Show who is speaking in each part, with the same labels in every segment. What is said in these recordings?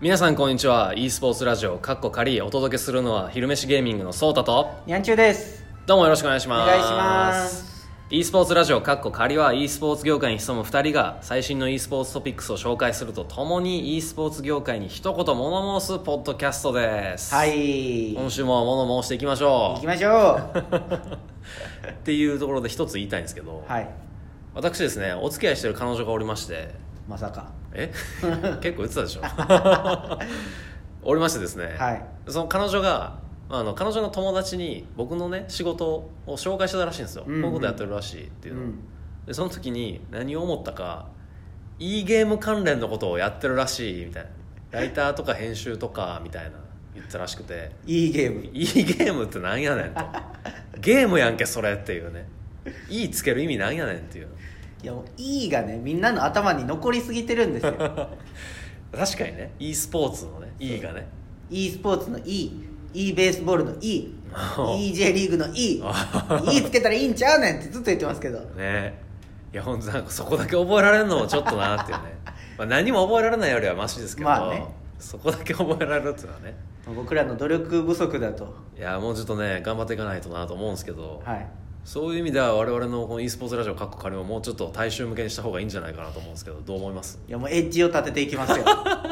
Speaker 1: 皆さんこんにちは e スポーツラジオカッコ仮お届けするのは昼飯ゲーミングのソータと
Speaker 2: にゃんちゅうです
Speaker 1: どうもよろしくお願いします
Speaker 2: お願いします
Speaker 1: e スポーツラジオカッコ仮は e スポーツ業界に潜む2人が最新の e スポーツトピックスを紹介するとともに e スポーツ業界に一言物申すポッドキャストです
Speaker 2: はい行
Speaker 1: 今週も物申していきましょ
Speaker 2: きましょ
Speaker 1: う
Speaker 2: う
Speaker 1: っていうところで一つ言いたいんですけど、
Speaker 2: はい
Speaker 1: 私ですねお付き合いしてる彼女がおりまして
Speaker 2: まさか
Speaker 1: え結構言ってたでしょおりましてですね、
Speaker 2: はい
Speaker 1: その彼女がまああの彼女の友達に僕のね仕事を紹介してたらしいんですよ、
Speaker 2: うんうん
Speaker 1: こういうことやってるらしいっていうのを、
Speaker 2: うん
Speaker 1: でその時に何を思ったかいいゲーム関連のことをやってるらしいみたいなライターとか編集とかみたいな言ってたらしくて
Speaker 2: いいゲーム
Speaker 1: いいゲームってなんやねん とゲームやんけそれっていうね「いい」つける意味なんやねんっていう
Speaker 2: いやもういいがねみんなの頭に残りすぎてるんです よ
Speaker 1: 確かにね e スポーツのね「いい」がね
Speaker 2: e スポーツの e e ベースボールの e
Speaker 1: お
Speaker 2: EJ リーグの E
Speaker 1: あ
Speaker 2: E つけたらいいんちゃうねんってずっと言ってますけど
Speaker 1: ねいや本当なんかそこだけ覚えられるのもちょっとなっていうね まあ何も覚えられないよりはマシですけど、
Speaker 2: まあね
Speaker 1: そこだけ覚えられるっていうのはね
Speaker 2: 僕らの努力不足だと
Speaker 1: いやもうちょっとね頑張っていかないとなと思うんですけど、
Speaker 2: はい
Speaker 1: そういう意味では我々のこの e スポーツラジオかっこ仮ももうちょっと大衆向けにした方がいいんじゃないかなと思うんですけどどう思います
Speaker 2: いやもうエッジを立てていき ますよ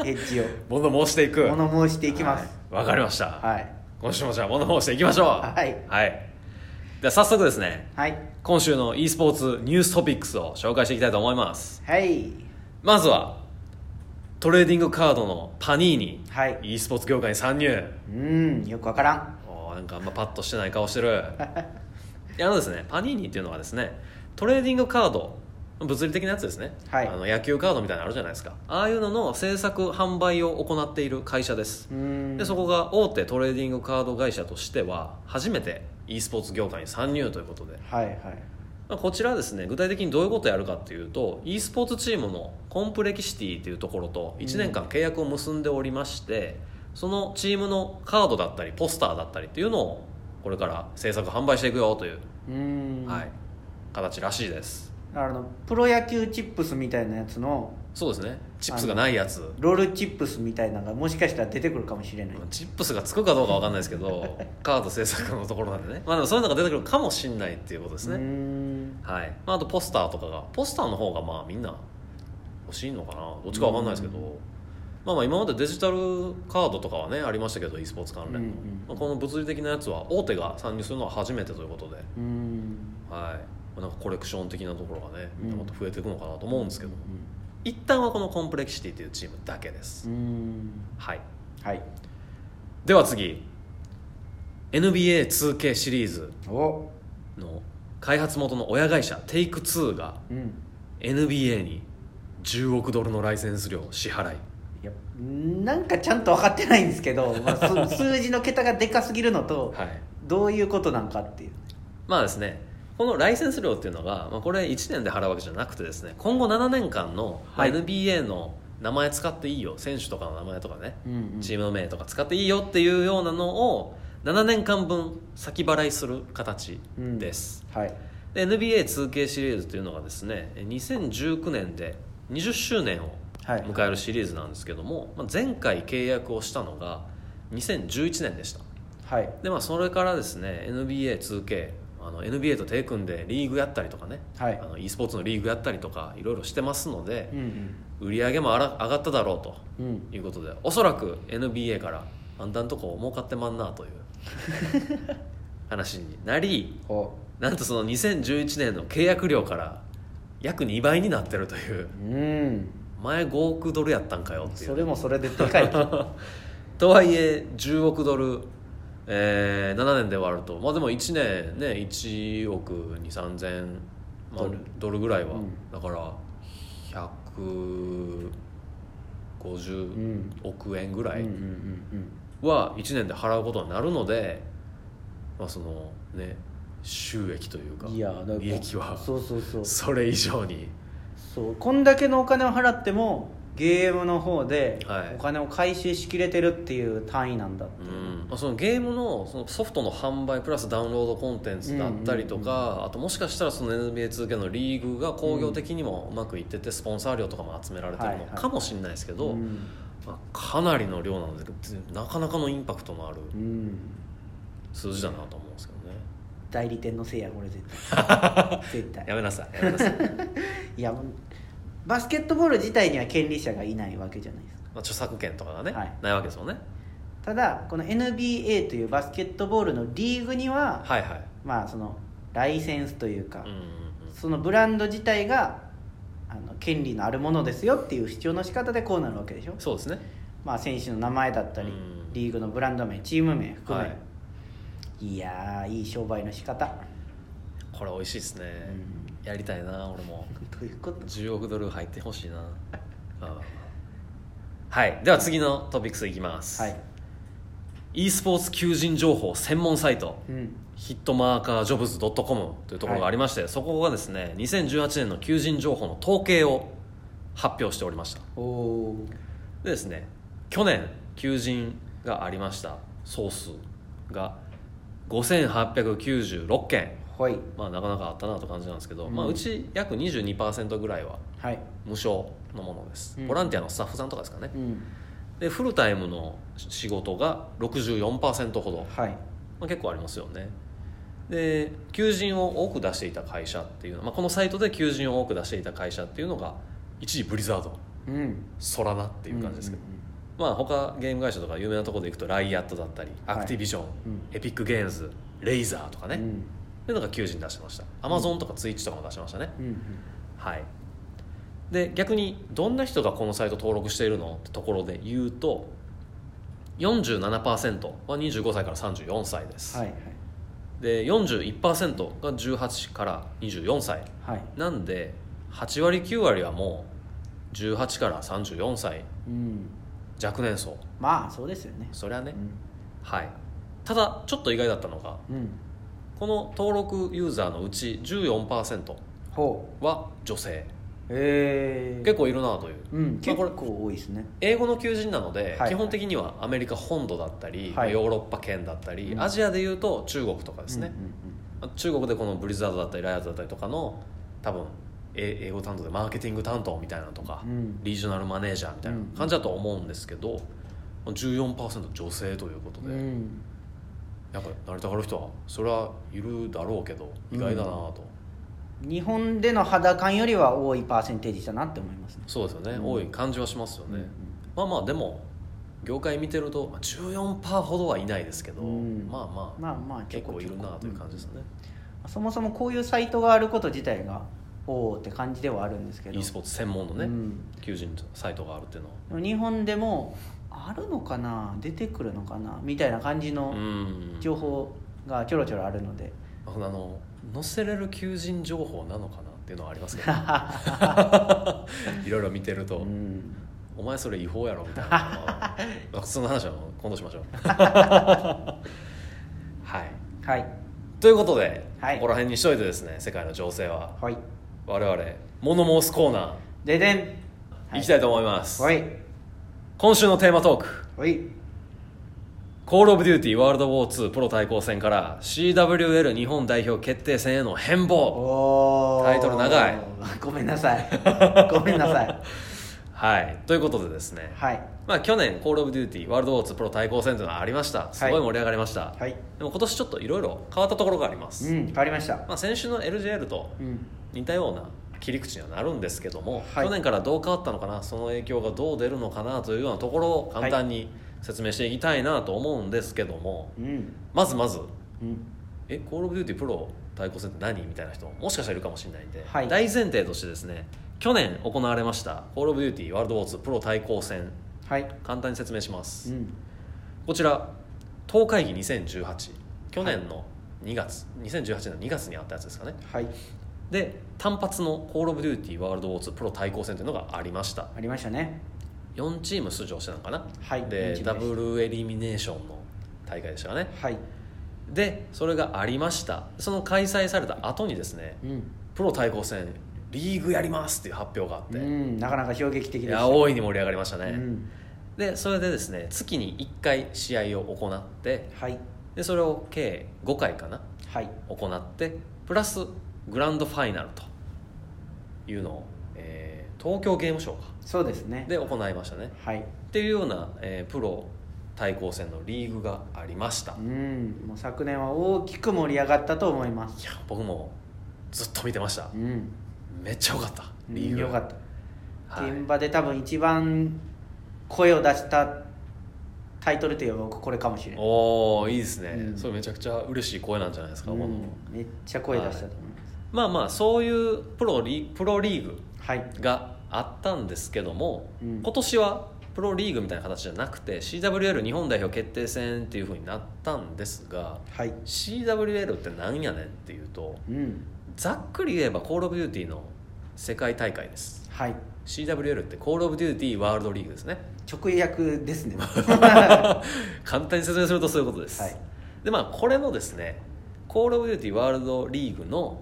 Speaker 2: エッジを
Speaker 1: 物申していく
Speaker 2: 物申していきます
Speaker 1: わ、かりました、
Speaker 2: はい
Speaker 1: 今週もじゃあ物申していきましょう
Speaker 2: はい
Speaker 1: はい、では早速ですね
Speaker 2: はい
Speaker 1: 今週の e スポーツニューストピックスを紹介していきたいと思います
Speaker 2: はい
Speaker 1: まずはトレーディングカードのパニーニ、
Speaker 2: はい
Speaker 1: e スポーツ業界に参入
Speaker 2: うんよくわからん
Speaker 1: おーなんかあんまパッとしてない顔して るいやあのですねパニーニっていうのはですねトレーディングカード物理的なやつですね、
Speaker 2: はい
Speaker 1: あの野球カードみたいなのあるじゃないですかああいうのの制作販売を行っている会社です
Speaker 2: うん
Speaker 1: でそこが大手トレーディングカード会社としては初めて e スポーツ業界に参入ということで
Speaker 2: はいはい
Speaker 1: まあこちらはですね具体的にどういうことをやるかっていうと e スポーツチームのコンプレキシティというところと1年間契約を結んでおりまして、そのチームのカードだったりポスターだったりっていうのをこれから制作販売していくよという、
Speaker 2: うーん、
Speaker 1: はい、形らしいです
Speaker 2: あのプロ野球チップスみたいなやつの
Speaker 1: そうですねチップスがないやつ
Speaker 2: ロールチップスみたいなのがもしかしたら出てくるかもしれない、
Speaker 1: まあチップスがつくかどうかわかんないですけ どカード制作のところなんでねまあでもそういうのが出てくるかもしんないっていうことです
Speaker 2: うー
Speaker 1: ね、
Speaker 2: ん
Speaker 1: はいまあ、あとポスターとかがポスターの方がまあみんな欲しいのかなどっちかわかんないですけど、まあまあ今までデジタルカードとかはねありましたけど e スポーツ関連の、
Speaker 2: うんうん
Speaker 1: まあ、この物理的なやつは大手が参入するのは初めてということで、はい、
Speaker 2: うーん
Speaker 1: まあなんかコレクション的なところがね
Speaker 2: うん
Speaker 1: もっと増えていくのかなと思うんですけど、一旦はこのコンプレキシティというチームだけです、
Speaker 2: うーん
Speaker 1: はい
Speaker 2: はい
Speaker 1: では次 NBA2K シリーズ
Speaker 2: お
Speaker 1: の開発元の親会社テイク2が
Speaker 2: うん
Speaker 1: NBA に10億ドルのライセンス料を支払い
Speaker 2: いやなんかちゃんと分かってないんです けど、まあ、す数字の桁がでかすぎるのと
Speaker 1: はい
Speaker 2: どういうことなんかっていう
Speaker 1: まあですねこのライセンス料っていうのが、まあ、これ1年で払うわけじゃなくてですね今後7年間のまあ
Speaker 2: はい
Speaker 1: NBA の名前使っていいよ選手とかの名前とかね、
Speaker 2: うんうん
Speaker 1: チーム名とか使っていいよっていうようなのを7年間分先払いする形です、
Speaker 2: はい
Speaker 1: で NBA2K シリーズというのがですね2019年で20周年を
Speaker 2: はい
Speaker 1: 迎えるシリーズなんですけども、まあ、前回契約をしたのが2011年でした
Speaker 2: はい
Speaker 1: でまあそれからですね NBA2K あの NBA と手組んでリーグやったりとかね、
Speaker 2: はい
Speaker 1: あの e スポーツのリーグやったりとかいろいろしてますので
Speaker 2: う、ん
Speaker 1: 売り上げもあら上がっただろうと
Speaker 2: うんうん
Speaker 1: いうことでおそらく NBA からあんたんとこ儲かってまんな という話になり
Speaker 2: お
Speaker 1: なんとその2011年の契約料から約2倍になってるという
Speaker 2: うん
Speaker 1: 前5億ドルやったんかよっていう
Speaker 2: それもそれででかいけど
Speaker 1: とはいえ10億ドル、えー7年で割るとまあでも1年ね1億2 3 0 0
Speaker 2: ド
Speaker 1: 0
Speaker 2: ル
Speaker 1: ドルぐらいは、
Speaker 2: うん
Speaker 1: だから
Speaker 2: う
Speaker 1: 150
Speaker 2: ん
Speaker 1: 億円ぐら
Speaker 2: う
Speaker 1: い
Speaker 2: んうんうん
Speaker 1: は1年で払うことになるので、まあそのね収益という
Speaker 2: う
Speaker 1: か
Speaker 2: んいやだから
Speaker 1: 利益は
Speaker 2: そうそうそう
Speaker 1: それ以上に
Speaker 2: そうこんだけのお金を払ってもゲームの方で
Speaker 1: はい
Speaker 2: お金を回収しきれてるっていう単位なんだって
Speaker 1: う
Speaker 2: い
Speaker 1: んまあ、そのゲームのそのソフトの販売プラスダウンロードコンテンツだったりとか、あともしかしたらその NBA2K のリーグが興行的にもうまくいっててスポンサー料とかも集められてるのかもしれないですけど、
Speaker 2: うん
Speaker 1: まあ、かなりの量なんですけどなかなかのインパクトのある
Speaker 2: うん
Speaker 1: 数字だなと思うんですけどね
Speaker 2: 代理店のせいやこれ絶 対絶対
Speaker 1: やめなさいやめ なさい、
Speaker 2: いやもうバスケットボール自体には権利者がいないわけじゃないですか
Speaker 1: まあ、著作権とかがね、
Speaker 2: はい
Speaker 1: ないわけですもんね
Speaker 2: ただこの NBA というバスケットボールのリーグには、
Speaker 1: はいはい
Speaker 2: まあそのライセンスという
Speaker 1: う
Speaker 2: か、
Speaker 1: んうんうん
Speaker 2: そのブランド自体があの権利のあるものですよっていう主張の仕方でこうなるわけでしょ、
Speaker 1: そうですね
Speaker 2: まあ、選手の名前だったり、
Speaker 1: うん
Speaker 2: リーグのブランド名チーム名含め、、
Speaker 1: はい
Speaker 2: やーいい商売の仕方、
Speaker 1: これ美味しいですね、やりたいな俺も
Speaker 2: うん、ということ
Speaker 1: 10億ドル入ってほしいなうんはいでは次のトピックスいきます、
Speaker 2: はい、
Speaker 1: e スポーツ求人情報専門サイト
Speaker 2: うん、
Speaker 1: ヒットマーカージョブズ .com というところがありまして、そこがですね2018年の求人情報の統計を発表しておりました
Speaker 2: おお
Speaker 1: でですね去年求人がありました総数が5896件
Speaker 2: ーはい
Speaker 1: まあなかなかあったなと感じなんですけど、
Speaker 2: うん
Speaker 1: まあ、うち約22%ぐらいは
Speaker 2: はい
Speaker 1: 無償のものです、
Speaker 2: うん
Speaker 1: ボランティアのスタッフさんとかですかね
Speaker 2: うん
Speaker 1: でフルタイムの仕事が64%ほど
Speaker 2: はい
Speaker 1: まあ、結構ありますよねで求人を多く出していた会社っていうのは、まあ、このサイトで求人を多く出していた会社っていうのが一時ブリザード
Speaker 2: うん
Speaker 1: ソラナっていう感じですけど、
Speaker 2: う
Speaker 1: まあ他ゲーム会社とか有名なところでいくとライアットだったりアクティビジョン、
Speaker 2: うん
Speaker 1: エピックゲームズレイザーとかね、
Speaker 2: んうん
Speaker 1: っていうのが求人出してましたアマゾンとかツイッチとかも出してましたね、
Speaker 2: うんうん
Speaker 1: はいで逆にどんな人がこのサイト登録しているのってところで言うと47%は25歳から34歳です、
Speaker 2: はいはい
Speaker 1: で41%が18から24歳
Speaker 2: はい
Speaker 1: なんで8割9割はもう18から34歳
Speaker 2: うん
Speaker 1: 若年層
Speaker 2: まあそうですよね
Speaker 1: そりゃね
Speaker 2: うん
Speaker 1: はいただちょっと意外だったのが
Speaker 2: うん
Speaker 1: この登録ユーザーのうち14%
Speaker 2: ほ
Speaker 1: は女性
Speaker 2: うへえ
Speaker 1: 結構いるなという
Speaker 2: うん、
Speaker 1: まあ
Speaker 2: 結
Speaker 1: これ
Speaker 2: 構多いですね
Speaker 1: 英語の求人なので、
Speaker 2: はい
Speaker 1: 基本的にはアメリカ本土だったり、
Speaker 2: はい
Speaker 1: ヨーロッパ圏だったり、
Speaker 2: うん
Speaker 1: アジアでいうと中国とかですね、
Speaker 2: うんうんうん
Speaker 1: 中国でこのブリザードだったりライアーズだったりとかの多分え英語担当でマーケティング担当みたいなのとか、
Speaker 2: うん
Speaker 1: リージョナルマネージャーみたいな感じだと思うんですけど、14%女性ということで、
Speaker 2: うん、
Speaker 1: やっぱりなりたがる人はそれはいるだろうけど意外だなと、
Speaker 2: 日本での肌感よりは多いパーセンテージだなって思いますね
Speaker 1: そうですよね、
Speaker 2: うん
Speaker 1: 多い感じはしますよね、
Speaker 2: うん
Speaker 1: まあまあでも業界見てるとまあ14%ほどはいないですけど、
Speaker 2: うん
Speaker 1: まあまあ、
Speaker 2: まあまあ
Speaker 1: 結構いるなという感じですね、
Speaker 2: そもそもこういうサイトがあること自体がおおって感じではあるんですけど
Speaker 1: e スポーツ専門のね、
Speaker 2: うん
Speaker 1: 求人サイトがあるっていうのは
Speaker 2: でも日本でもあるのかな出てくるのかなみたいな感じの
Speaker 1: うん
Speaker 2: 情報がちょろちょろあるので、
Speaker 1: あの載せれる求人情報なのかなっていうのはあり ますけどいろいろ見てると、
Speaker 2: うん
Speaker 1: お前それ違法やろみたい なまあその話は今度しましょうはい
Speaker 2: はい
Speaker 1: ということで、
Speaker 2: はい
Speaker 1: ここら辺にしといてですね世界の情勢は
Speaker 2: はい
Speaker 1: 我々物申すコーナ
Speaker 2: ででん
Speaker 1: ー行きたいと思います、
Speaker 2: はい
Speaker 1: 今週のテーマトーク
Speaker 2: はい
Speaker 1: 「コール・オブ・デューティー・ワールド・ウォー2プロ対抗戦」から CWL 日本代表決定戦への変貌
Speaker 2: おー
Speaker 1: タイトル長い
Speaker 2: ごめん なさいごめんなさい
Speaker 1: はいということでですね、
Speaker 2: はい
Speaker 1: まあ、去年、コール・オブ・デューティー、ワールド・ウォーズプロ対抗戦というのがありました、すごい盛り上がりました、
Speaker 2: はい
Speaker 1: でも今年ちょっといろいろ変わったところがありま
Speaker 2: う
Speaker 1: す、
Speaker 2: ん変わりました
Speaker 1: まあ、先週の LJL と
Speaker 2: うん
Speaker 1: 似たような切り口にはなるんですけども、
Speaker 2: はい
Speaker 1: 去年からどう変わったのかな、その影響がどう出るのかなというようなところを簡単に説明していきたいなと思うんですけども、
Speaker 2: うん
Speaker 1: まずまず、
Speaker 2: うん
Speaker 1: え、コール・オブ・デューティー、プロ対抗戦って何みたいな人ももしかしたらいるかもしれないんで、
Speaker 2: はい
Speaker 1: 大前提としてですね、去年行われました、コール・オブ・デューティー、ワールド・ウォーズプロ対抗戦、
Speaker 2: はい
Speaker 1: 簡単に説明します。
Speaker 2: うん
Speaker 1: こちら党会議2018去年の2月、2018年の2月にあったやつですかね
Speaker 2: はい
Speaker 1: で単発のコール・オブ・デューティー・ワールド・ウォーズプロ対抗戦というのがありました
Speaker 2: ありましたね
Speaker 1: 4チーム出場してたのかな、
Speaker 2: はい四
Speaker 1: で
Speaker 2: チー
Speaker 1: ダ
Speaker 2: ムです
Speaker 1: ブルエリミネーションの大会でしたかね
Speaker 2: はい
Speaker 1: でそれがありましたその開催された後にですね
Speaker 2: うん、
Speaker 1: プロ対抗戦リーグやりますっていう発表があって、
Speaker 2: う
Speaker 1: い
Speaker 2: ん、なかなか衝撃的でした
Speaker 1: や大いに盛り上がりましたね、
Speaker 2: うん、
Speaker 1: でそれでですね月に1回試合を行って
Speaker 2: はい
Speaker 1: でそれを計5回かな
Speaker 2: はい
Speaker 1: 行ってプラスグランドファイナルというのを、えー東京ゲームショウか
Speaker 2: そうですね
Speaker 1: で行いましたね
Speaker 2: はい
Speaker 1: っていうような、えープロ対抗戦のリーグがありました
Speaker 2: うんもう昨年は大きく盛り上がったと思います
Speaker 1: いや僕もずっと見てました
Speaker 2: うん
Speaker 1: めっちゃ良かったリー
Speaker 2: うん
Speaker 1: グ
Speaker 2: よかった
Speaker 1: はい、
Speaker 2: 現場で多分一番声を出したタイトルといえば僕これかもしれない、
Speaker 1: おおいいですね、
Speaker 2: うん
Speaker 1: それめちゃくちゃ嬉しい声なんじゃないですか、
Speaker 2: う
Speaker 1: この
Speaker 2: んめっちゃ声出したと思います
Speaker 1: まあまあそういうプロリプロリーグ
Speaker 2: はい、
Speaker 1: があったんですけども、
Speaker 2: うん
Speaker 1: 今年はプロリーグみたいな形じゃなくて CWL 日本代表決定戦っていう風になったんですが
Speaker 2: はい、
Speaker 1: CWL ってなんやねんっていうと
Speaker 2: うん
Speaker 1: ざっくり言えばコール・オブ・デューティーの世界大会です
Speaker 2: はい
Speaker 1: CWL ってコール・オブ・デューティーワールドリーグです ね
Speaker 2: 直訳で すね
Speaker 1: 簡単に説明するとそういうことです、
Speaker 2: はい
Speaker 1: でまあこれのですねコール・オブ・デューティーワールドリーグの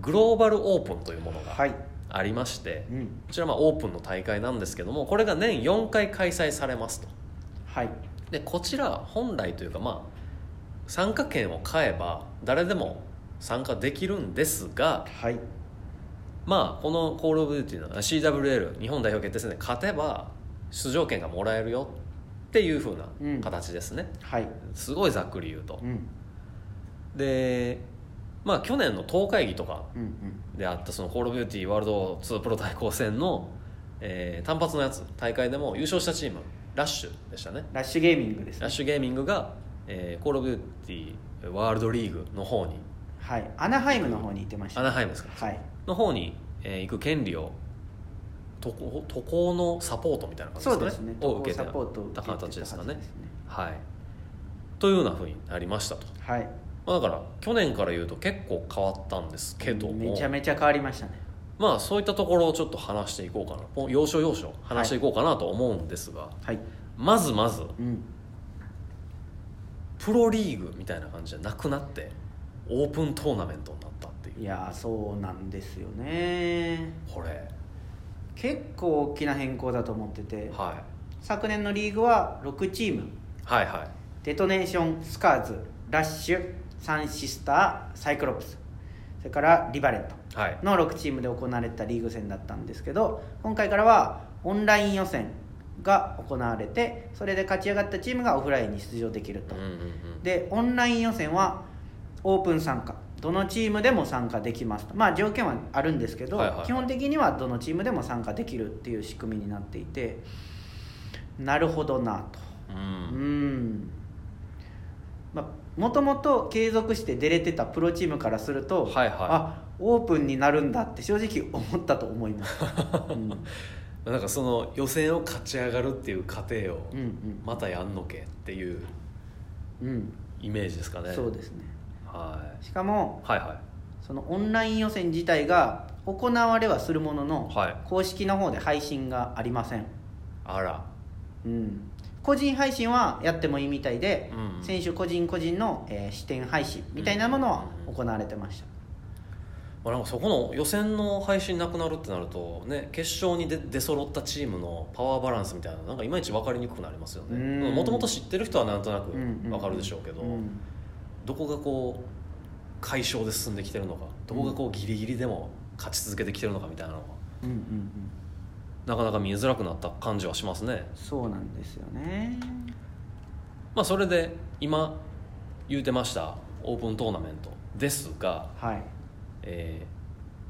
Speaker 1: グローバルオープンというものが
Speaker 2: はい、
Speaker 1: ありまして、
Speaker 2: うん、
Speaker 1: こちらまあオープンの大会なんですけどもこれが年4回開催されますと
Speaker 2: はい
Speaker 1: でこちら本来というかまあ参加権を買えば誰でも参加できるんですが
Speaker 2: はい
Speaker 1: まあこのコール・オブ・デューティーの CWL 日本代表決定戦で勝てば出場権がもらえるよっていう風な形ですね、
Speaker 2: はい
Speaker 1: すごいざっくり言うと
Speaker 2: うん
Speaker 1: でまあ去年の党会議とか
Speaker 2: うんうん
Speaker 1: であったそのコール・オブ・デューティーワールド2プロ対抗戦の、えー単発のやつ大会でも優勝したチームラッシュでしたね
Speaker 2: ラッシュゲーミングです
Speaker 1: ラッ
Speaker 2: ね
Speaker 1: シュゲーミングが、えーコール・オブ・デューティーワールドリーグの方に
Speaker 2: はいアナハイムの方に行ってまし
Speaker 1: ア
Speaker 2: た
Speaker 1: ナハイムですか
Speaker 2: はい
Speaker 1: の方に、えー行く権利を渡航渡航のサポートみたいな感じ
Speaker 2: そうで
Speaker 1: ですす
Speaker 2: ね
Speaker 1: ね
Speaker 2: 渡
Speaker 1: を
Speaker 2: 航
Speaker 1: 受け
Speaker 2: サ
Speaker 1: た
Speaker 2: ポートを受けてたはず
Speaker 1: 形ですかねはいというようなふうになりましたと、
Speaker 2: はい
Speaker 1: まあ、だから去年から言うと結構変わったんですけども
Speaker 2: めちゃめちゃ変わりましたね
Speaker 1: まあそういったところをちょっと話していこうかなもう要所要所話していこうかなと思うんですが、
Speaker 2: はい
Speaker 1: まずまず
Speaker 2: うん
Speaker 1: プロリーグみたいな感じじゃなくなってオープントーナメントになったっていう
Speaker 2: いやーそうなんですよね
Speaker 1: これ
Speaker 2: 結構大きな変更だと思ってて
Speaker 1: は
Speaker 2: 昨年のリーグは6チーム
Speaker 1: い、はいはい
Speaker 2: デトネーションスカーズラッシュサンシスターサイクロプスそれからリバレット
Speaker 1: はい
Speaker 2: の6チームで行われたリーグ戦だったんですけど今回からはオンライン予選が行われてそれで勝ち上がったチームがオフラインに出場できると
Speaker 1: うんうんうん
Speaker 2: でオンライン予選はオープン参加どのチームでも参加できますとまあ条件はあるんですけど、
Speaker 1: はいはいはい
Speaker 2: 基本的にはどのチームでも参加できるっていう仕組みになっていてなるほどな
Speaker 1: う
Speaker 2: とうんんまあもともと継続して出れてたプロチームからすると、
Speaker 1: はいはい
Speaker 2: あオープンになるんだって正直思ったと思います、うん、うん
Speaker 1: なんかその予選を勝ち上がるっていう過程を
Speaker 2: うん
Speaker 1: またやんのけっていう
Speaker 2: うん
Speaker 1: イメージですかね
Speaker 2: そうですね
Speaker 1: は
Speaker 2: しかも
Speaker 1: いはいは
Speaker 2: そのオンライン予選自体が行われはするものの、
Speaker 1: はい
Speaker 2: 公式の方で配信がありません、
Speaker 1: あら
Speaker 2: うん、個人配信はやってもいいみたいで、
Speaker 1: うん
Speaker 2: 選手個人個人の、えー視点配信みたいなものは行われてました、
Speaker 1: まあ、なんかそこの予選の配信なくなるってなると、ね、決勝に出出揃ったチームのパワーバランスみたいなのなんかいまいち分かりにくくなりますよ
Speaker 2: う
Speaker 1: ね
Speaker 2: ん
Speaker 1: もともと知ってる人はなんとなく
Speaker 2: うんうんうん
Speaker 1: 分かるでしょうけど、
Speaker 2: うん
Speaker 1: どこがこう解消で進んできてるのかどこがこうギリギリでも勝ち続けてきてるのかみたいなのが
Speaker 2: うんうんうん
Speaker 1: なかなか見えづらくなった感じはしますね、
Speaker 2: そうなんですよね
Speaker 1: まあ、それで今言うてましたオープントーナメントですが、
Speaker 2: はい
Speaker 1: え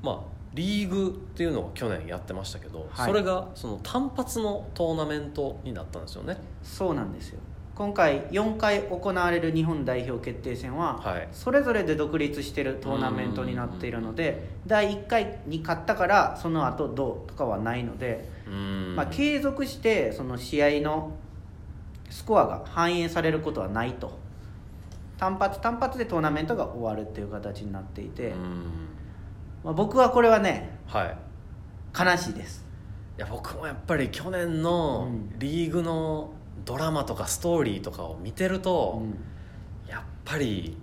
Speaker 1: ーまあリーグっていうのを去年やってましたけど、
Speaker 2: はい
Speaker 1: それがその単発のトーナメントになったんですよね
Speaker 2: そうなんですよ今回4回行われる日本代表決定戦は、
Speaker 1: はい
Speaker 2: それぞれで独立してるトーナメントになっているので第1回に勝ったからその後どうとかはないので、
Speaker 1: うーん
Speaker 2: まあ、継続してその試合のスコアが反映されることはないと単発単発でトーナメントが終わるっていう形になっていうて、
Speaker 1: ーん
Speaker 2: まあ、僕はこれはね
Speaker 1: はい
Speaker 2: 悲しいです
Speaker 1: いや僕もやっぱり去年の
Speaker 2: うん
Speaker 1: リーグのドラマとかストーリーとかを見てる
Speaker 2: う
Speaker 1: と、
Speaker 2: ん
Speaker 1: やっぱり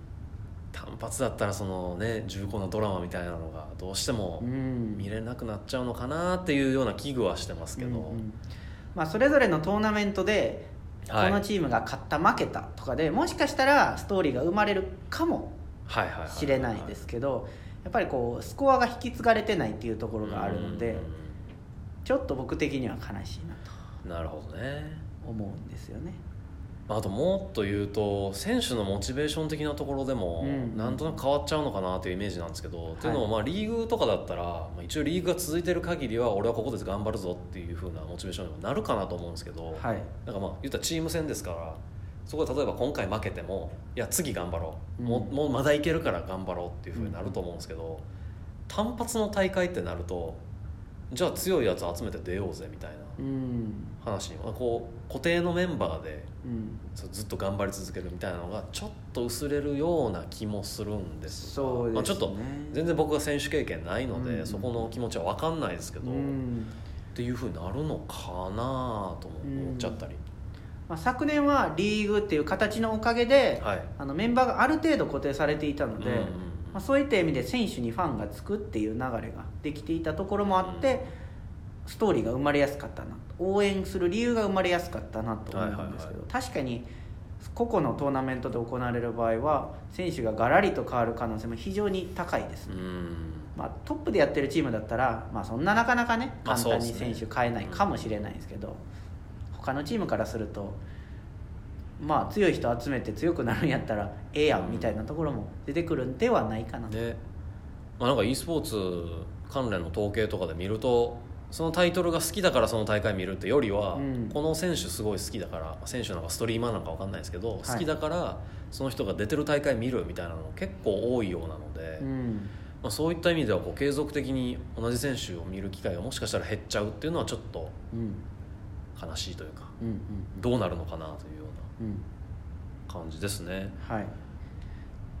Speaker 1: 単発だったらそのね重厚なドラマみたいなのがどうしても
Speaker 2: うん
Speaker 1: 見れなくなっちゃうのかなっていうような危惧はしてますけど、
Speaker 2: うんうんまあ、それぞれのトーナメントでこ
Speaker 1: はい
Speaker 2: のチームが勝った負けたとかでもしかしたらストーリーが生まれるかも
Speaker 1: はいはいはいはい
Speaker 2: しれないですけどやっぱりこうスコアが引き継がれてないっていうところがあるので
Speaker 1: うん
Speaker 2: ちょっと僕的には悲しいなと
Speaker 1: なるほどね、
Speaker 2: 思うんですよね
Speaker 1: まあ、あともっと言うと選手のモチベーション的なところでも、
Speaker 2: うん
Speaker 1: なんとなく変わっちゃうのかなというイメージなんですけど、
Speaker 2: い
Speaker 1: っていうのもまあリーグとかだったら、まあ、一応リーグが続いてる限りは俺はここで頑張るぞっていうふうなモチベーションにもなるかなと思うんですけど、
Speaker 2: はい
Speaker 1: なんかまあ言ったらチーム戦ですからそこで例えば今回負けてもいや次頑張ろう、も
Speaker 2: うん
Speaker 1: もうまだいけるから頑張ろうっていうふうになると思うんですけど、単発の大会ってなるとじゃあ強いやつ集めて出ようぜみたいな
Speaker 2: うん
Speaker 1: 話にもこう固定のメンバーで
Speaker 2: うん
Speaker 1: そうずっと頑張り続けるみたいなのがちょっと薄れるような気もするんですが
Speaker 2: そうですね
Speaker 1: まあ、ちょっと全然僕が選手経験ないので、
Speaker 2: うん
Speaker 1: そこの気持ちは分かんないですけど、
Speaker 2: う
Speaker 1: っ
Speaker 2: ん
Speaker 1: ていうふうになるのかなとも思っちゃったり、
Speaker 2: まあ、昨年はリーグっていう形のおかげで、
Speaker 1: はい
Speaker 2: あのメンバーがある程度固定されていたので、
Speaker 1: うんうんうん
Speaker 2: まあ、そういった意味で選手にファンがつくっていう流れができていたところもあって、ストーリーが生まれやすかったな応援する理由が生まれやすかったなと思うんですけど、
Speaker 1: はいはいは
Speaker 2: 確かに個々のトーナメントで行われる場合は選手がガラリと変わる可能性も非常に高いですね、
Speaker 1: うん
Speaker 2: まあ、トップでやってるチームだったら、まあ、そんななかなかね
Speaker 1: まあ
Speaker 2: 簡単
Speaker 1: そ
Speaker 2: に
Speaker 1: うで
Speaker 2: 選
Speaker 1: す
Speaker 2: 手
Speaker 1: ね
Speaker 2: 変えないかもしれないですけど、他のチームからすると、まあ、強い人集めて強くなるんやったらええやんみたいなところも出てくるんではないかなと、
Speaker 1: で、まあ、なんか e スポーツ関連の統計とかで見るとそのタイトルが好きだからその大会見るってよりは、
Speaker 2: うん
Speaker 1: この選手すごい好きだから選手なんかストリーマーなんかわかんないですけど、
Speaker 2: い
Speaker 1: 好きだからその人が出てる大会見るみたいなの結構多いようなので、
Speaker 2: うん
Speaker 1: まあ、そういった意味ではこう継続的に同じ選手を見る機会がもしかしたら減っちゃうっていうのはちょっと
Speaker 2: うん
Speaker 1: 悲しいというか
Speaker 2: うん
Speaker 1: どうなるのかなというよう
Speaker 2: うんうん
Speaker 1: な感じですね。
Speaker 2: はい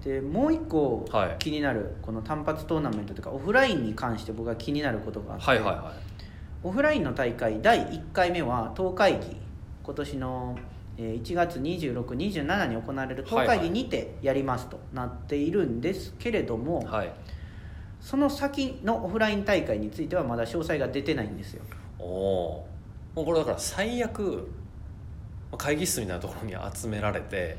Speaker 2: でもう一個
Speaker 1: はい
Speaker 2: 気になる、この単発トーナメントというかオフラインに関して僕が気になることがあって、
Speaker 1: はいはいは
Speaker 2: オフラインの大会第1回目は東海議今年のえー1月2627に行われる東海
Speaker 1: はいは
Speaker 2: 議
Speaker 1: い
Speaker 2: にてやりますとなっているんですけれども、
Speaker 1: い、はい、
Speaker 2: その先のオフライン大会についてはまだ詳細が出てない んですよ
Speaker 1: おおーもうこれだから最悪まあ会議室みたいなところに集められて、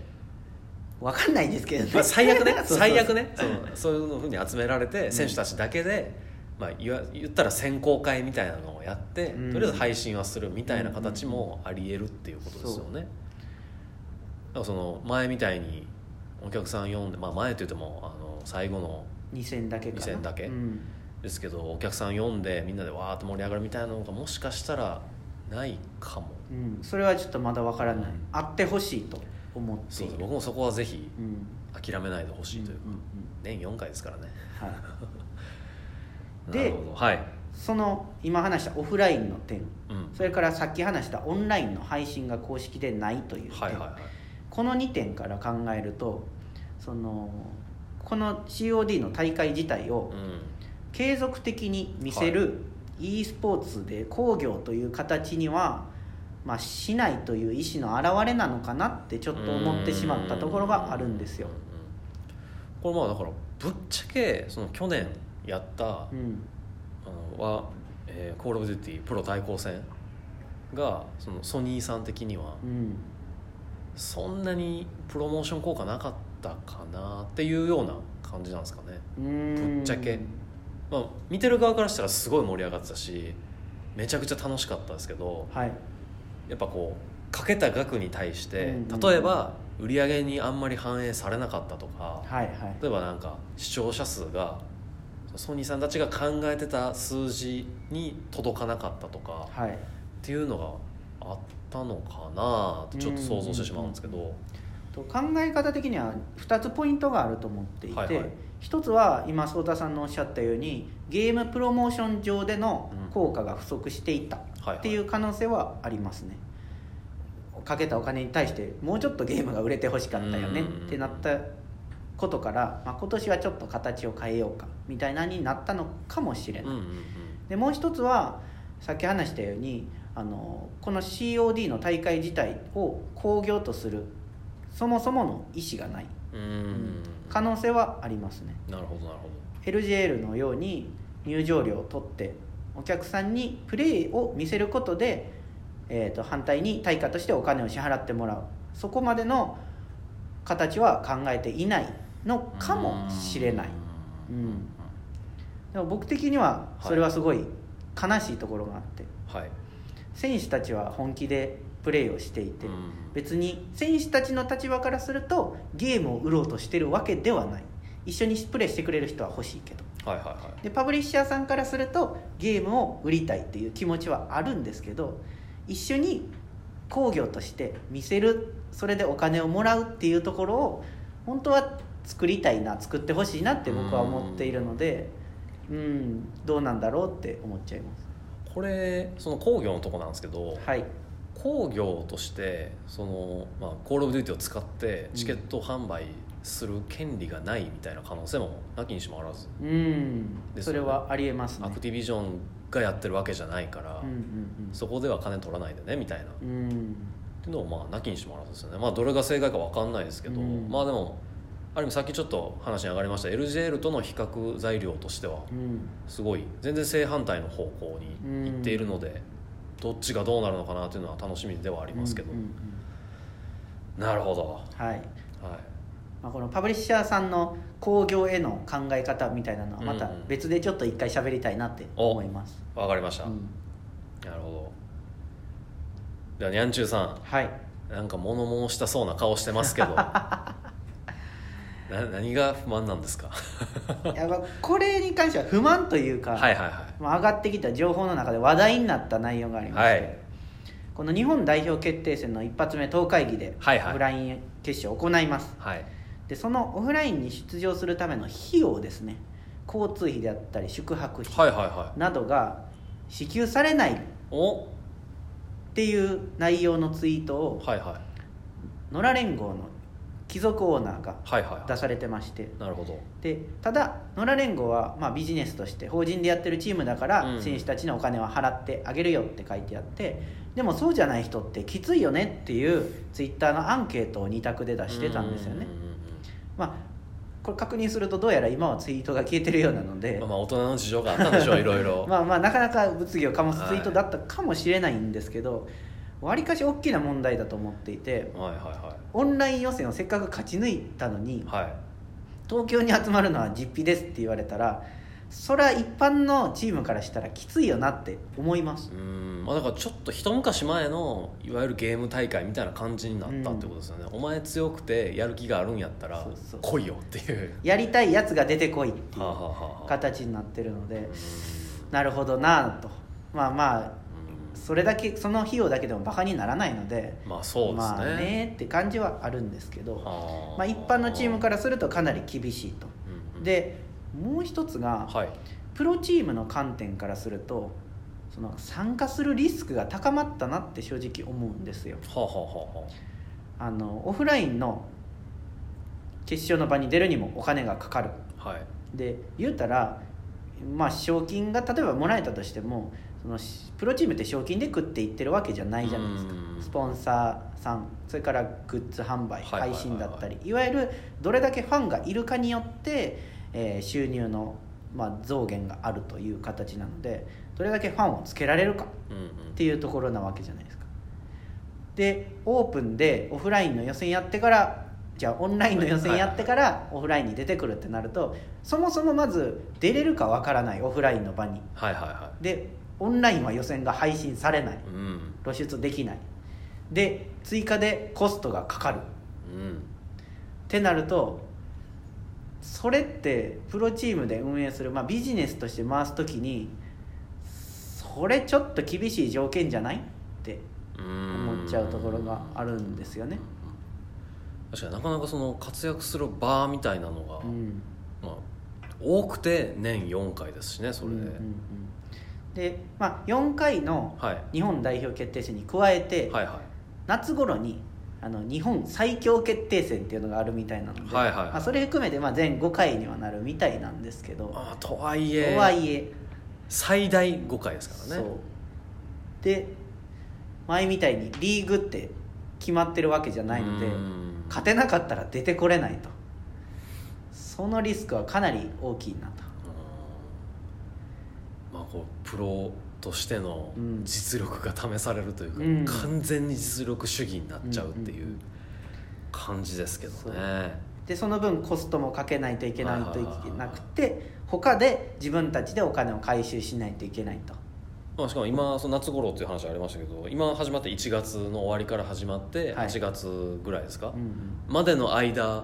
Speaker 2: わかんないですけどね、
Speaker 1: まあ、最 悪ね
Speaker 2: そうそうそう
Speaker 1: 最悪ねそうそういうふうに集められて選手たちだけで、まあ、言わ言ったら選考会みたいなのをやって、
Speaker 2: うん
Speaker 1: とりあえず配信はするみたいな形もありえるっていうことですよね。だからその前みたいにお客さん呼んで、まあ、前といってもあの最後の
Speaker 2: 2戦だけかな
Speaker 1: 二戦だけ
Speaker 2: うん
Speaker 1: ですけどお客さん呼んでみんなでわーっと盛り上がるみたいなのがもしかしたらないかも
Speaker 2: うんそれはちょっとまだわからないあってほしいと思って
Speaker 1: そう
Speaker 2: い
Speaker 1: で
Speaker 2: る
Speaker 1: す僕もそこはぜひ
Speaker 2: うん
Speaker 1: 諦めないでほしいというか、
Speaker 2: うんうん
Speaker 1: 年4回ですからね
Speaker 2: うんはいで
Speaker 1: なるほどはい、
Speaker 2: その今話したオフラインの点
Speaker 1: うん、
Speaker 2: それからさっき話したオンラインの配信が公式でないという点、
Speaker 1: はいはいはい
Speaker 2: この2点から考えるとそのこの COD の大会自体を
Speaker 1: う
Speaker 2: 継続的に見せる、e スポーツで工業という形には、まあ、しないという意思の表れなのかなってちょっ
Speaker 1: ん
Speaker 2: と思ってしまったところがあるんですよ
Speaker 1: う。んうんこれまあだからぶっちゃけその去年やった、
Speaker 2: うん
Speaker 1: あのは、えーコール・オブ・デュティプロ対抗戦がそのソニーさん的には
Speaker 2: うん
Speaker 1: そんなにプロモーション効果なかったかなっていうような感じなんですかね、
Speaker 2: うーん
Speaker 1: ぶっちゃけまあ、見てる側からしたらすごい盛り上がってたしめちゃくちゃ楽しかったですけど
Speaker 2: はい
Speaker 1: やっぱこうかけた額に対して
Speaker 2: うんうん
Speaker 1: 例えば売り上げにあんまり反映されなかったとか
Speaker 2: はいはい
Speaker 1: 例えばなんか視聴者数がソニーさんたちが考えてた数字に届かなかったとか
Speaker 2: はい
Speaker 1: っていうのがあったのかなとちょっと想像してしまうんですけど
Speaker 2: と考え方的には2つポイントがあると思っていて、
Speaker 1: はいはい
Speaker 2: 1つは今颯太さんのおっしゃったようにゲームプロモーション上での効果が不足していた
Speaker 1: はいはい
Speaker 2: っていう可能性はありますね、かけたお金に対してもうちょっとゲームが売れてほしかったよね
Speaker 1: う
Speaker 2: っ
Speaker 1: んうんうん
Speaker 2: てなったことから、まあ、今年はちょっと形を変えようかみたいなになったのかもしれ
Speaker 1: うん
Speaker 2: な
Speaker 1: う
Speaker 2: い、
Speaker 1: んうん
Speaker 2: でもう一つはさっき話したようにあのこの COD の大会自体を興行とするそもそもの意思がない
Speaker 1: うん
Speaker 2: 可能性はありますね
Speaker 1: なるほどなるほ
Speaker 2: LJL のように入場料を取ってお客さんにプレーを見せることで、えー、と反対に対価としてお金を支払ってもらうそこまでの形は考えていないの
Speaker 1: ど
Speaker 2: かもしれない、
Speaker 1: う
Speaker 2: うんん、でも僕的にはそれはすごい悲しいところがあって、
Speaker 1: はい
Speaker 2: 選手たちは本気でプレーをしていて、
Speaker 1: うん
Speaker 2: 別に選手たちの立場からするとゲームを売ろうとしてるわけではない一緒にプレーしてくれる人は欲しいけど
Speaker 1: はいはいはい
Speaker 2: でパブリッシャーさんからするとゲームを売りたいっていう気持ちはあるんですけど一緒に工業として見せるそれでお金をもらうっていうところを本当は作りたいな作ってほしいなって僕は思っているのでうんどうなんだろうって思っちゃいます
Speaker 1: これその工業のとこなんですけど、
Speaker 2: はい
Speaker 1: 工業としてその、まあ、コール・オブ・デューティを使ってチケット販売する権利がないみたいな可能性もなきにしもあらず
Speaker 2: うん
Speaker 1: です
Speaker 2: そ
Speaker 1: よね
Speaker 2: れはありえますね
Speaker 1: アクティビジョンがやってるわけじゃないから、
Speaker 2: うんうん
Speaker 1: そこでは金取らないでねみたいな、っ
Speaker 2: うんうん
Speaker 1: ていうのをまあなきにしもあらずですよねまあどれが正解か分かんないですけど、
Speaker 2: うん
Speaker 1: まあでもある意味さっきちょっと話に上がりました LJL との比較材料としては
Speaker 2: うん
Speaker 1: すごい全然正反対の方向に行っているので、どっちがどうなるのかなというのは楽しみではありますけど、
Speaker 2: うんうん
Speaker 1: なるほど
Speaker 2: うんはい
Speaker 1: はい
Speaker 2: まあ、このパブリッシャーさんの興行への考え方みたいなのはまた
Speaker 1: うんうん
Speaker 2: 別でちょっと一回喋りたいなって思います、
Speaker 1: わかりました、
Speaker 2: うん
Speaker 1: なるほどじゃあにゃんちゅうさ
Speaker 2: はい
Speaker 1: んなんか物申したそうな顔してます けどな何が不満なんですか
Speaker 2: やっぱこれに関しては不満というか、
Speaker 1: はいはいは
Speaker 2: まあ、上がってきた情報の中で話題になった内容があり
Speaker 1: い
Speaker 2: まし
Speaker 1: は
Speaker 2: て、
Speaker 1: い
Speaker 2: この日本代表決定戦の一発目党会議で
Speaker 1: はいはい
Speaker 2: オフライン決勝を行います、
Speaker 1: はい
Speaker 2: でそのオフラインに出場するための費用ですね交通費であったり宿泊費
Speaker 1: はいはいはい
Speaker 2: などが支給されないっ
Speaker 1: お
Speaker 2: ていう内容のツイートを
Speaker 1: はいはい
Speaker 2: 野良連合の貴族オーナーが
Speaker 1: はいはいは
Speaker 2: 出されてまして
Speaker 1: いなるほど
Speaker 2: でただ野良連合はまあビジネスとして法人でやってるチームだから
Speaker 1: うん
Speaker 2: 選手たちのお金は払ってあげるよって書いてあって、でもそうじゃない人ってきついよねっていうツイッターのアンケートを2択で出してたんですよね
Speaker 1: うんうんうん
Speaker 2: まあこれ確認するとどうやら今はツイートが消えてるようなので、
Speaker 1: まあまあ大人の事情があったんでしょういろい ろ
Speaker 2: まあまあなかなか物議を醸すツイートだったかもしれないんですけどわりかし大きな問題だと思っていて
Speaker 1: はいは
Speaker 2: オンライン予選をせっかく勝ち抜いたのに
Speaker 1: いはいはい
Speaker 2: 東京に集まるのは実費ですって言われたらそれは一般のチームからしたらきついよなって思います
Speaker 1: うんまあだからちょっと一昔前のいわゆるゲーム大会みたいな感じになったってことですよね、お前強くてやる気があるんやったら
Speaker 2: そうそう
Speaker 1: 来いよっていう
Speaker 2: やりたいやつが出てこいってい
Speaker 1: はあ、は
Speaker 2: う
Speaker 1: あはあはあ、
Speaker 2: 形になってるので
Speaker 1: うん
Speaker 2: なるほどなぁとまあまあ
Speaker 1: う
Speaker 2: それだけその費用だけでもバカにならないので
Speaker 1: んまあそうですね,、
Speaker 2: まあねって感じはあるんですけど
Speaker 1: あ、
Speaker 2: まあ、一般のチームかららするとかなり厳しいと
Speaker 1: うんうん
Speaker 2: でもう一つが
Speaker 1: はい
Speaker 2: プロチームの観点からするとその参加するリスクが高まったなって正直思うんですよ
Speaker 1: はあ、はあはあは
Speaker 2: あのオフラインの決勝の場に出るにもお金がかかる
Speaker 1: あ、はい
Speaker 2: で言うたらまあ賞金が例えばもらえたとしてもそのしプロチームって賞金で食っていってるわけじゃないじゃないですか
Speaker 1: うん
Speaker 2: スポンサーさんそれからグッズ販売
Speaker 1: はいはいはいはい
Speaker 2: 配信だったりいわゆるどれだけファンがいるかによって、えー収入の、まあ、増減があるという形なのでどれだけファンをつけられるか
Speaker 1: うんうん
Speaker 2: っていうところなわけじゃないですかでオープンでオフラインの予選やってからじゃあオンラインの予選やってからオフラインに出てくるってなるとそもそもまず出れるかわからないオフラインの場に
Speaker 1: はいはいは
Speaker 2: でオンラインは予選が配信されない
Speaker 1: いうん
Speaker 2: 露出できないで追加でコストがかかるっ
Speaker 1: うん
Speaker 2: てなるとそれってプロチームで運営する、まあ、ビジネスとして回す時にそれちょっと厳しい条件じゃないって
Speaker 1: うん
Speaker 2: 思っちゃうところがあるんですよね。
Speaker 1: 確かになかなかその活躍する場みたいなのが、
Speaker 2: うん、
Speaker 1: まあ多くて年4回ですしねそれで、
Speaker 2: うんうんうんで、まあ、4回の
Speaker 1: はい
Speaker 2: 日本代表決定戦に加えて、
Speaker 1: はいはい
Speaker 2: 夏頃にあの日本最強決定戦っていうのがあるみたいなので、
Speaker 1: はいはいはい
Speaker 2: まあ、それ含めてまあ全5回にはなるみたいなんですけど
Speaker 1: ああとはい
Speaker 2: と
Speaker 1: え
Speaker 2: はいえ
Speaker 1: 最大5回ですから
Speaker 2: そ
Speaker 1: ね
Speaker 2: うで前みたいにリーグって決まってるわけじゃないので
Speaker 1: うん
Speaker 2: 勝てなかったら出てこれないとそのリスクはかなり大きいなと。
Speaker 1: まあ、こうプロとしての
Speaker 2: うん
Speaker 1: 実力が試されるというか、
Speaker 2: うん
Speaker 1: 完全に実力主義になっちゃうってい
Speaker 2: んうんう
Speaker 1: ううん感じですけど
Speaker 2: そう
Speaker 1: ね、
Speaker 2: でその分コストもかけないといけないとい
Speaker 1: はいはい
Speaker 2: け
Speaker 1: はい
Speaker 2: なくて他で自分たちでお金を回収しないといけないと
Speaker 1: まあ、しかも今その夏頃っていう話ありましたけど今始まって1月の終わりから始まって
Speaker 2: はい
Speaker 1: 8月ぐらいですか、
Speaker 2: うん
Speaker 1: までの間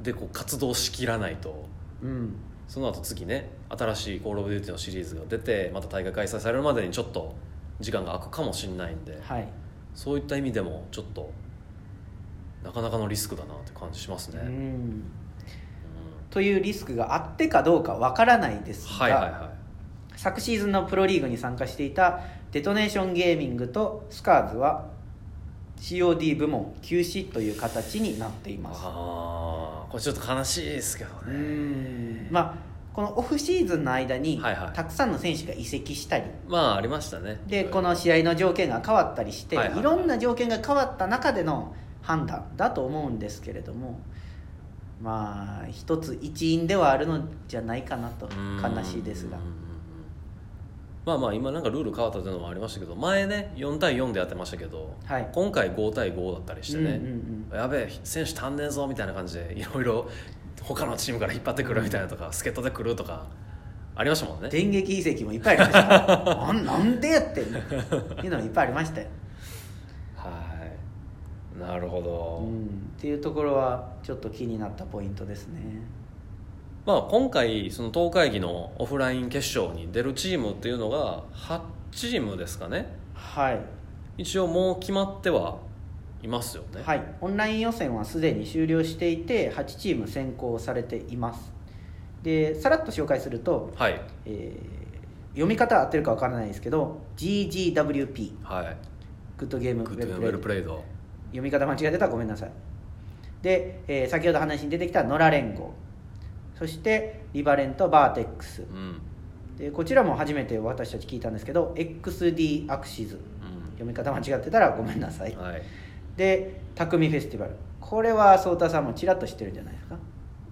Speaker 1: でこう活動しきらないと
Speaker 2: うん
Speaker 1: その後次ね新しい「コール・オブ・デューティ」のシリーズが出てまた大会開催されるまでにちょっと時間が空くかもしれないんで、
Speaker 2: はい
Speaker 1: そういった意味でもちょっとなかなかのリスクだなって感じします
Speaker 2: う
Speaker 1: ね、うん
Speaker 2: んというリスクがあってかどうかわからないですが、
Speaker 1: はいはいは
Speaker 2: 昨シーズンのプロリーグに参加していたデトネーションゲーミングとスカーズは COD 部門休止という形になってい
Speaker 1: い
Speaker 2: ます
Speaker 1: ああこれちょっと悲しいですけど
Speaker 2: う
Speaker 1: ね
Speaker 2: んまあこのオフシーズンの間に
Speaker 1: はいはい
Speaker 2: たくさんの選手が移籍したり、
Speaker 1: まあありましたね
Speaker 2: でこ
Speaker 1: は
Speaker 2: の
Speaker 1: い
Speaker 2: 試合の条件が変わったりして、
Speaker 1: はい
Speaker 2: い
Speaker 1: はいはい
Speaker 2: ろんな条件が変わった中での判断だと思うんですけれどもまあ一つ一因ではあるのじゃないかなと悲しいですが
Speaker 1: うんうんうんうんまあまあ今なんかルール変わったというのもありましたけど前ね4対4でやってましたけど
Speaker 2: はい
Speaker 1: 今回5対5だったりしてね、
Speaker 2: うんうんうん
Speaker 1: やべえ選手足んねえぞみたいな感じでいろいろ他のチームから引っ張ってくるみたいなとか助っ人で来るとかありましたもんね
Speaker 2: 電撃移籍もいっぱいありました なんなんでやってんのっていうのもいっぱいありましたよ、
Speaker 1: はいなるほど、
Speaker 2: うん、っていうところはちょっと気になったポイントですね
Speaker 1: まあ、今回その東海議のオフライン決勝に出るチームっていうのが8チームですかね
Speaker 2: はい
Speaker 1: 一応もう決まってはいますよね、
Speaker 2: はい、オンライン予選はすでに終了していて8チーム選考されていますでさらっと紹介すると、
Speaker 1: はい
Speaker 2: えー読み方合ってるかわからないですけど GGWP
Speaker 1: はい
Speaker 2: グッドゲームウ
Speaker 1: グ
Speaker 2: ェ
Speaker 1: ッドウ
Speaker 2: ブ
Speaker 1: ェル
Speaker 2: プ
Speaker 1: プ
Speaker 2: レイ
Speaker 1: レイド
Speaker 2: 読み方間違えてたらごめんなさいで、えー先ほど話に出てきた野良連合そしてリバレンとバーテックス
Speaker 1: うん、うん、
Speaker 2: でこちらも初めて私たち聞いたんですけど XD アクシズ読み方間違ってたらごめんなさい
Speaker 1: はい
Speaker 2: で匠フェスティバルこれは颯太さんもちらっと知ってるんじゃないですか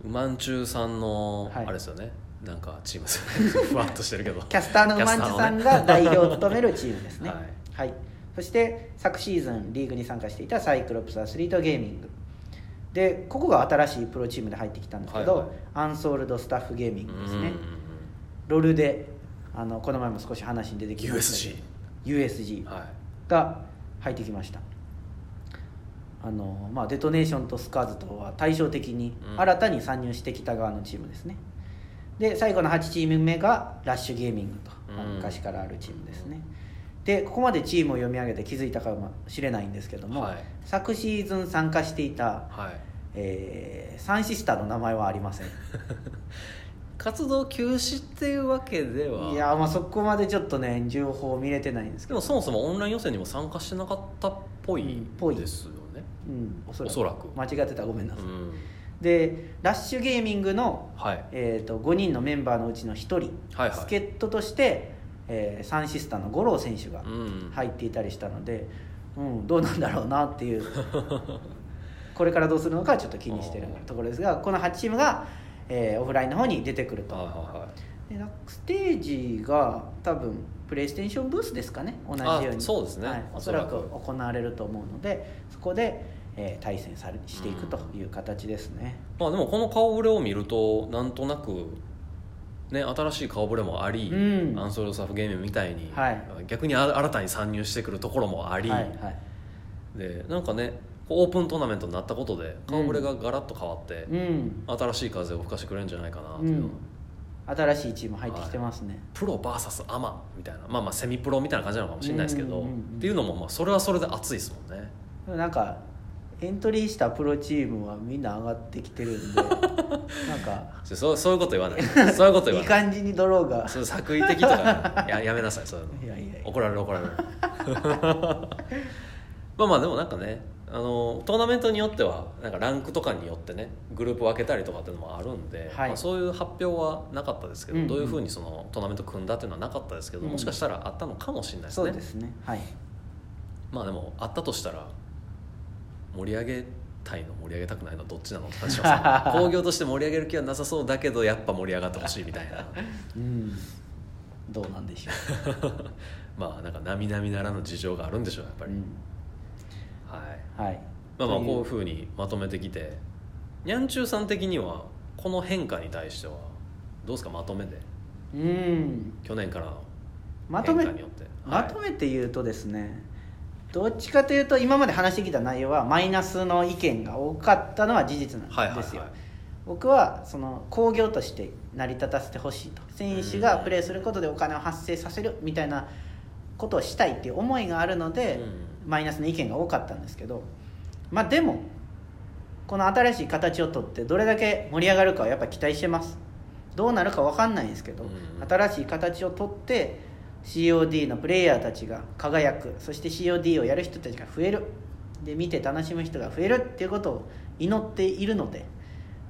Speaker 1: ウマンチュさんの
Speaker 2: は
Speaker 1: あ
Speaker 2: い
Speaker 1: れですよね、なんかチームですよね ふわっとしてるけど
Speaker 2: キャスターのうまんちさんが代表を務めるチームですね
Speaker 1: は
Speaker 2: はい、そして昨シーズンリーグに参加していたサイクロプスアスリートゲーミングでここが新しいプロチームで入ってきたんですけど、
Speaker 1: はいはい
Speaker 2: アンソールドスタッフゲーミン
Speaker 1: う
Speaker 2: グ
Speaker 1: ん
Speaker 2: ですねロルであのこの前も少し話に出てきま
Speaker 1: USG
Speaker 2: したけど USG
Speaker 1: は
Speaker 2: が入ってきましたあの、まあ、デトネーションとスカーズとは対照的に
Speaker 1: うん
Speaker 2: 新たに参入してきた側のチームですね、で最後の8チーム目がラッシュゲーミングと、まあ
Speaker 1: うん
Speaker 2: 昔からあるチームですねでここまでチームを読み上げて気づいたかもしれないんですけども、
Speaker 1: はい
Speaker 2: 昨シーズン参加していた、
Speaker 1: はい
Speaker 2: えーサンシスターの名前はありません
Speaker 1: 活動休止っていうわけではい
Speaker 2: やーまあそこまでちょっとね情報見れてないんですけ
Speaker 1: で
Speaker 2: ど、
Speaker 1: もそもそもオンライン予選にも参加してなかったっぽい
Speaker 2: うんぽい
Speaker 1: ですよね
Speaker 2: うん、おそらく
Speaker 1: おそらく
Speaker 2: 間違ってたらごめんな
Speaker 1: う
Speaker 2: さい、
Speaker 1: ん
Speaker 2: でラッシュゲーミングの
Speaker 1: はい
Speaker 2: えー、と5人のメンバーのうちの1人、
Speaker 1: はいはい
Speaker 2: 助っ人として、えーサンシスターの五郎選手が
Speaker 1: うん
Speaker 2: 入っていたりしたので、うん、どうなんだろうなっ ていうこれからどうするのかはちょっと気にしてる
Speaker 1: あー
Speaker 2: ところですがこの8チームが、えーオフラインの方に出てくる
Speaker 1: は
Speaker 2: と
Speaker 1: いはい
Speaker 2: でなんかステージが多分プレイステーションブースですかね同じよう
Speaker 1: あ
Speaker 2: に
Speaker 1: そうですね
Speaker 2: はい、お
Speaker 1: お
Speaker 2: そ
Speaker 1: そ
Speaker 2: ら
Speaker 1: ら
Speaker 2: く
Speaker 1: く
Speaker 2: 行われると思うのでそこで、えー対戦されしていくという形ですね。
Speaker 1: まあでもこの顔ぶれを見るとなんとなくね新しい顔ぶれもあり、
Speaker 2: うん
Speaker 1: アンソールドサフゲームみたいに、
Speaker 2: はい
Speaker 1: 逆にあ新たに参入してくるところもあり、
Speaker 2: はいはい
Speaker 1: でなんかねこうオープントーナメントになったことで顔ぶれがガラッと変わって、
Speaker 2: うん、
Speaker 1: 新しい風を吹かしてくれるんじゃないかなというのは、
Speaker 2: うん新しいチーム入ってきてますね、
Speaker 1: プロ VS アマみたいなまあまあセミプロみたいな感じなのかもしれないですけど、
Speaker 2: うんうんうんうん
Speaker 1: っていうのもまあそれはそれで熱いですもんね
Speaker 2: でもなんかエントリーしたプロチームはみんな上がってきてる んでなんか
Speaker 1: そそうそういうこと言わないそういうこと言
Speaker 2: い
Speaker 1: わ
Speaker 2: い
Speaker 1: ない
Speaker 2: 感じにドローが
Speaker 1: そう作為的とかややめなさい そういうの
Speaker 2: いやいやいや
Speaker 1: 怒られる怒られる まあまあでもなんかねあのトーナメントによってはなんかランクとかによってねグループ分けたりとかっていうのもあるんで、
Speaker 2: はい
Speaker 1: まあ、そういう発表はなかったですけど、
Speaker 2: うんうん
Speaker 1: どういうふうにそのトーナメント組んだっていうのはなかったですけど、
Speaker 2: うん
Speaker 1: もしかしたらあったのかもしれないです
Speaker 2: そ
Speaker 1: ね
Speaker 2: うですねはい
Speaker 1: まあでもあったとしたら盛り上げたいの盛り上げたくないのどっちなのって話し ますね興行として盛り上げる気はなさそうだけどやっぱ盛り上がってほしいみたいな
Speaker 2: うんどうなんでしょ
Speaker 1: まあなんか並々ならぬ事情があるんでしょうやっぱ
Speaker 2: う、
Speaker 1: り、
Speaker 2: うん
Speaker 1: はい
Speaker 2: はい
Speaker 1: まあまあ
Speaker 2: とい
Speaker 1: こういうふうにまとめてきてにゃんちゅうさん的にはこの変化に対してはどうですかまとめで
Speaker 2: うん
Speaker 1: 去年からの
Speaker 2: まとめ
Speaker 1: 変化によって
Speaker 2: まとめて言うとですねどっちかというと今まで話してきた内容はマイナスの意見が多かったのは事実なんですよ、
Speaker 1: はいはいはいはい
Speaker 2: 僕はその興行として成り立たせてほしいと選手がプレーすることでお金を発生させるみたいなことをしたいっていう思いがあるので、マイナスの意見が多かったんですけどまあでもこの新しい形をとってどれだけ盛り上がるかはやっぱ期待してますどうなるか分かんないんですけど、
Speaker 1: うん
Speaker 2: 新しい形をとって COD のプレイヤーたちが輝くそして COD をやる人たちが増えるで見て楽しむ人が増えるっていうことを祈っているので、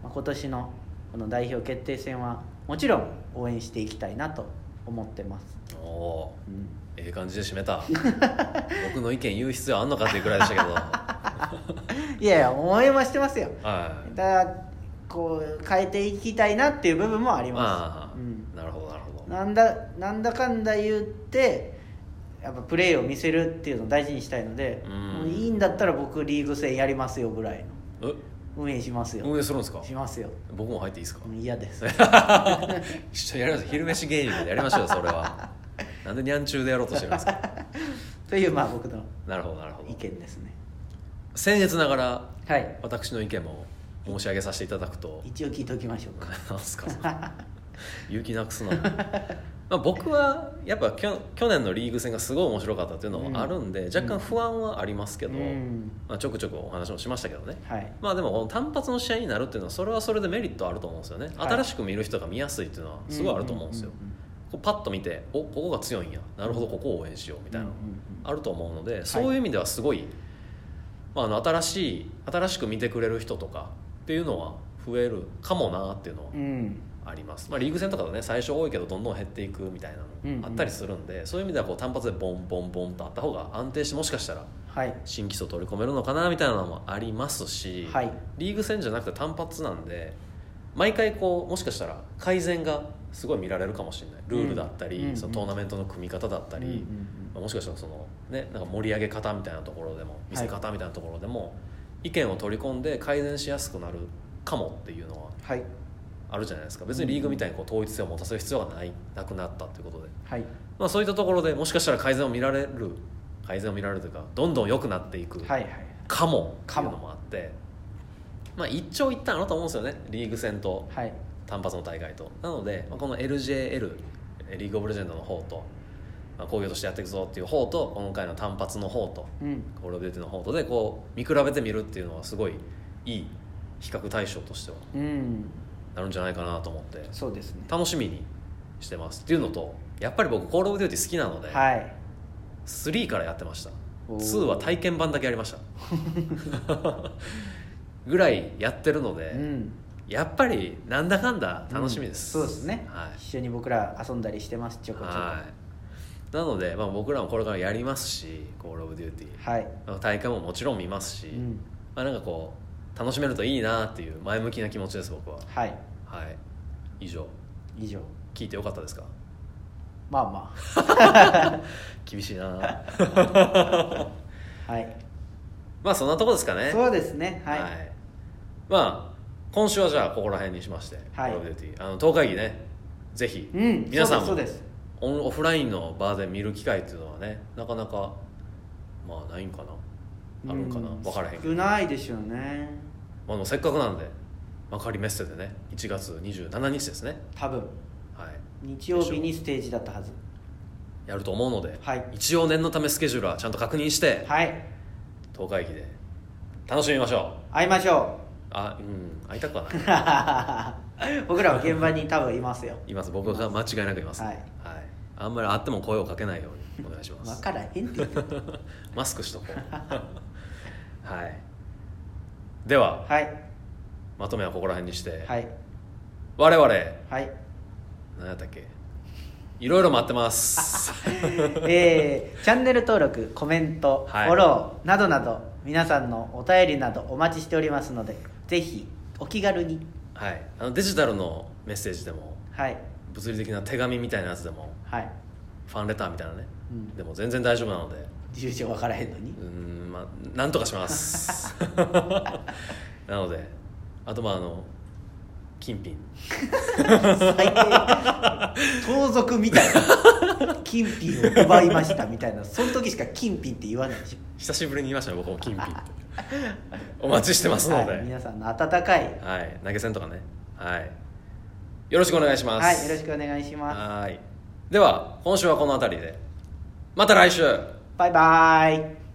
Speaker 2: まあ、今年のこの代表決定戦はもちろん応援していきたいなと思ってます、
Speaker 1: うんおー
Speaker 2: うん
Speaker 1: ええ感じで締めた 僕の意見言う必要あんのかっていうくらいでした けど
Speaker 2: いやいや応援はしてますよ
Speaker 1: は
Speaker 2: だからこう変えていきたいなっていう部分もあり
Speaker 1: い
Speaker 2: ま、
Speaker 1: ます
Speaker 2: うん
Speaker 1: あなるほどなるほど
Speaker 2: なんだなんだかんだ言ってやっぱプレーを見せるっていうのを大事にしたいので、
Speaker 1: うん
Speaker 2: もういいんだったら僕リーグ戦やりますよぐらいの
Speaker 1: え
Speaker 2: 運営しますよ
Speaker 1: 運営するんですか
Speaker 2: しますよ
Speaker 1: 僕も入っていいですか
Speaker 2: もう嫌です
Speaker 1: 一緒にやりましょう昼飯芸人でやりましょうよそれはなんでニャン中でやろうとしてるんです か
Speaker 2: というまあ僕の
Speaker 1: なるほどなるほ
Speaker 2: 意
Speaker 1: ど
Speaker 2: 見ですね
Speaker 1: 僭越ながら
Speaker 2: はい
Speaker 1: 私の意見も申し上げさせていただく と
Speaker 2: 一応聞いておきましょうか
Speaker 1: なんすかそれ勇気なくすな、まあ、僕はやっぱきょ去年のリーグ戦がすごい面白かったっていうのもあるんで、
Speaker 2: うん
Speaker 1: 若干不安はありますけど、
Speaker 2: うん
Speaker 1: まあ、ちょくちょくお話もしましたけどね
Speaker 2: はい
Speaker 1: まあでもこの単発の試合になるっていうのはそれはそれでメリットあると思うんですよね、
Speaker 2: はい
Speaker 1: 新しく見る人が見やすいっていうのはすごいあると思うんですよ、こうパッと見ておここが強いんやなるほどここを応援しようみたいな、
Speaker 2: うんうんうん
Speaker 1: あると思うのでそういう意味ではすごい、まあ、あの新しい新しく見てくれる人とかっていうのは増えるかもなっていうのは
Speaker 2: うん
Speaker 1: あります、まあ、リーグ戦とかだとね最初多いけどどんどん減っていくみたい
Speaker 2: う
Speaker 1: な
Speaker 2: んうん
Speaker 1: のあったりするんで、そういう意味ではこう単発でボンボンボンとあった方が安定してもしかしたら
Speaker 2: はい
Speaker 1: 新規層取り込めるのかなみたいなのもありますし、
Speaker 2: はい
Speaker 1: リーグ戦じゃなくて単発なんで毎回こうもしかしたら改善がすごい見られるかもしれないルールだったり、
Speaker 2: うん
Speaker 1: そのトーナメントの組み方だったり、
Speaker 2: うんうん
Speaker 1: まあもしかしたらその、ね、なんか盛り上げ方みたいなところでも見せ方みたいなところでも、意見を取り込んで改善しやすくなるかもっていうのは
Speaker 2: うんはい
Speaker 1: あるじゃないですか別にリーグみたいにこう統一性を持たせる必要がないなくなったということで、
Speaker 2: はい
Speaker 1: まあ、そういったところでもしかしたら改善を見られる改善を見られるというかどんどん良くなっていく
Speaker 2: はいはい
Speaker 1: かもって
Speaker 2: か
Speaker 1: いう
Speaker 2: も
Speaker 1: のもあって、まあ、一長一短あると思うんですよねリーグ戦と
Speaker 2: はい
Speaker 1: 単発の大会となので、まあ、この LJL えリーグオブレジェンドの方と、まあ、工業としてやっていくぞっていう方と今回の単発の方と
Speaker 2: うん
Speaker 1: コール・オブ・デューティの方とでこう見比べてみるっていうのはすごいいい比較対象としては
Speaker 2: うん
Speaker 1: なるんじゃないかなと思って
Speaker 2: そうですね
Speaker 1: 楽しみにしてますっていうのとやっぱり僕コール・オブ・デューティ好きなので、
Speaker 2: はい
Speaker 1: 3からやってました
Speaker 2: おー
Speaker 1: 2は体験版だけやりましたぐらいやってるので、
Speaker 2: うん
Speaker 1: やっぱりなんだかんだ楽しみです、
Speaker 2: うんそうですね、
Speaker 1: は
Speaker 2: 一緒に僕ら遊んだりしてますち
Speaker 1: い、
Speaker 2: ょこちょこ
Speaker 1: はい、なので、まあ、僕らもこれからやりますしコール・オブ・デューティ
Speaker 2: はい、
Speaker 1: 大会ももちろん見ますし、
Speaker 2: うん、
Speaker 1: まあ、なんかこう楽しめるといいなっていう前向きな気持ちです僕は
Speaker 2: はい
Speaker 1: はい以上
Speaker 2: 以上
Speaker 1: 聞いてよかったですか
Speaker 2: まあま
Speaker 1: 厳しい な
Speaker 2: あはい
Speaker 1: まあそんなとこですかね
Speaker 2: そうですねはい、
Speaker 1: まあ今週はじゃあここら辺にしまして、
Speaker 2: はい
Speaker 1: コールオブデューティあの党会議ねぜひ、
Speaker 2: うん
Speaker 1: 皆さんも
Speaker 2: そうですそうです
Speaker 1: オンオフラインの場で見る機会っていうのはねなかなかまあないんかなあるんかな、
Speaker 2: うん
Speaker 1: 分からへんけど、
Speaker 2: 少ないでしょうね
Speaker 1: まあ、でもせっかくなんで幕張メッセでね1月27日ですね
Speaker 2: 多分
Speaker 1: はい
Speaker 2: 日曜日にステージだったはず
Speaker 1: やると思うので、
Speaker 2: はい
Speaker 1: 一応念のためスケジュールはちゃんと確認して
Speaker 2: はい
Speaker 1: 党会議で楽しみましょう
Speaker 2: 会いましょ
Speaker 1: あうん会いたくはないう
Speaker 2: 僕らは現場に多分いますよ
Speaker 1: います僕が間違いなくいます、
Speaker 2: はい
Speaker 1: あんまり会っても声をかけないようにお願いします
Speaker 2: 分からへんって言って
Speaker 1: マスクしとこうはいでは
Speaker 2: はい
Speaker 1: まとめはここら辺にして、
Speaker 2: はい
Speaker 1: 我々
Speaker 2: はい
Speaker 1: 何やったっけいろいろ待ってます
Speaker 2: えーチャンネル登録コメント、
Speaker 1: はい
Speaker 2: フォローなどなど皆さんのお便りなどお待ちしておりますのでぜひお気軽に
Speaker 1: はいあのデジタルのメッセージでも
Speaker 2: はい
Speaker 1: 物理的な手紙みたいなやつでも
Speaker 2: はい
Speaker 1: ファンレターみたいなね、
Speaker 2: うん
Speaker 1: でも全然大丈夫なので
Speaker 2: 住所分からへんのに
Speaker 1: うーんまあなんとかします なのであとまああの金品
Speaker 2: 最低盗賊みたいな金品を奪いましたみたいなその時しか金品って言わないでしょ
Speaker 1: 久しぶりに言いましたね僕も金品って お待ちしてますので、
Speaker 2: はい、皆さんの温かい
Speaker 1: はい、投げ銭とかね。はい。よろしくお願いします。
Speaker 2: はいよろしくお願いします
Speaker 1: はいでは、今週はこの辺りで。また来週
Speaker 2: バイバイ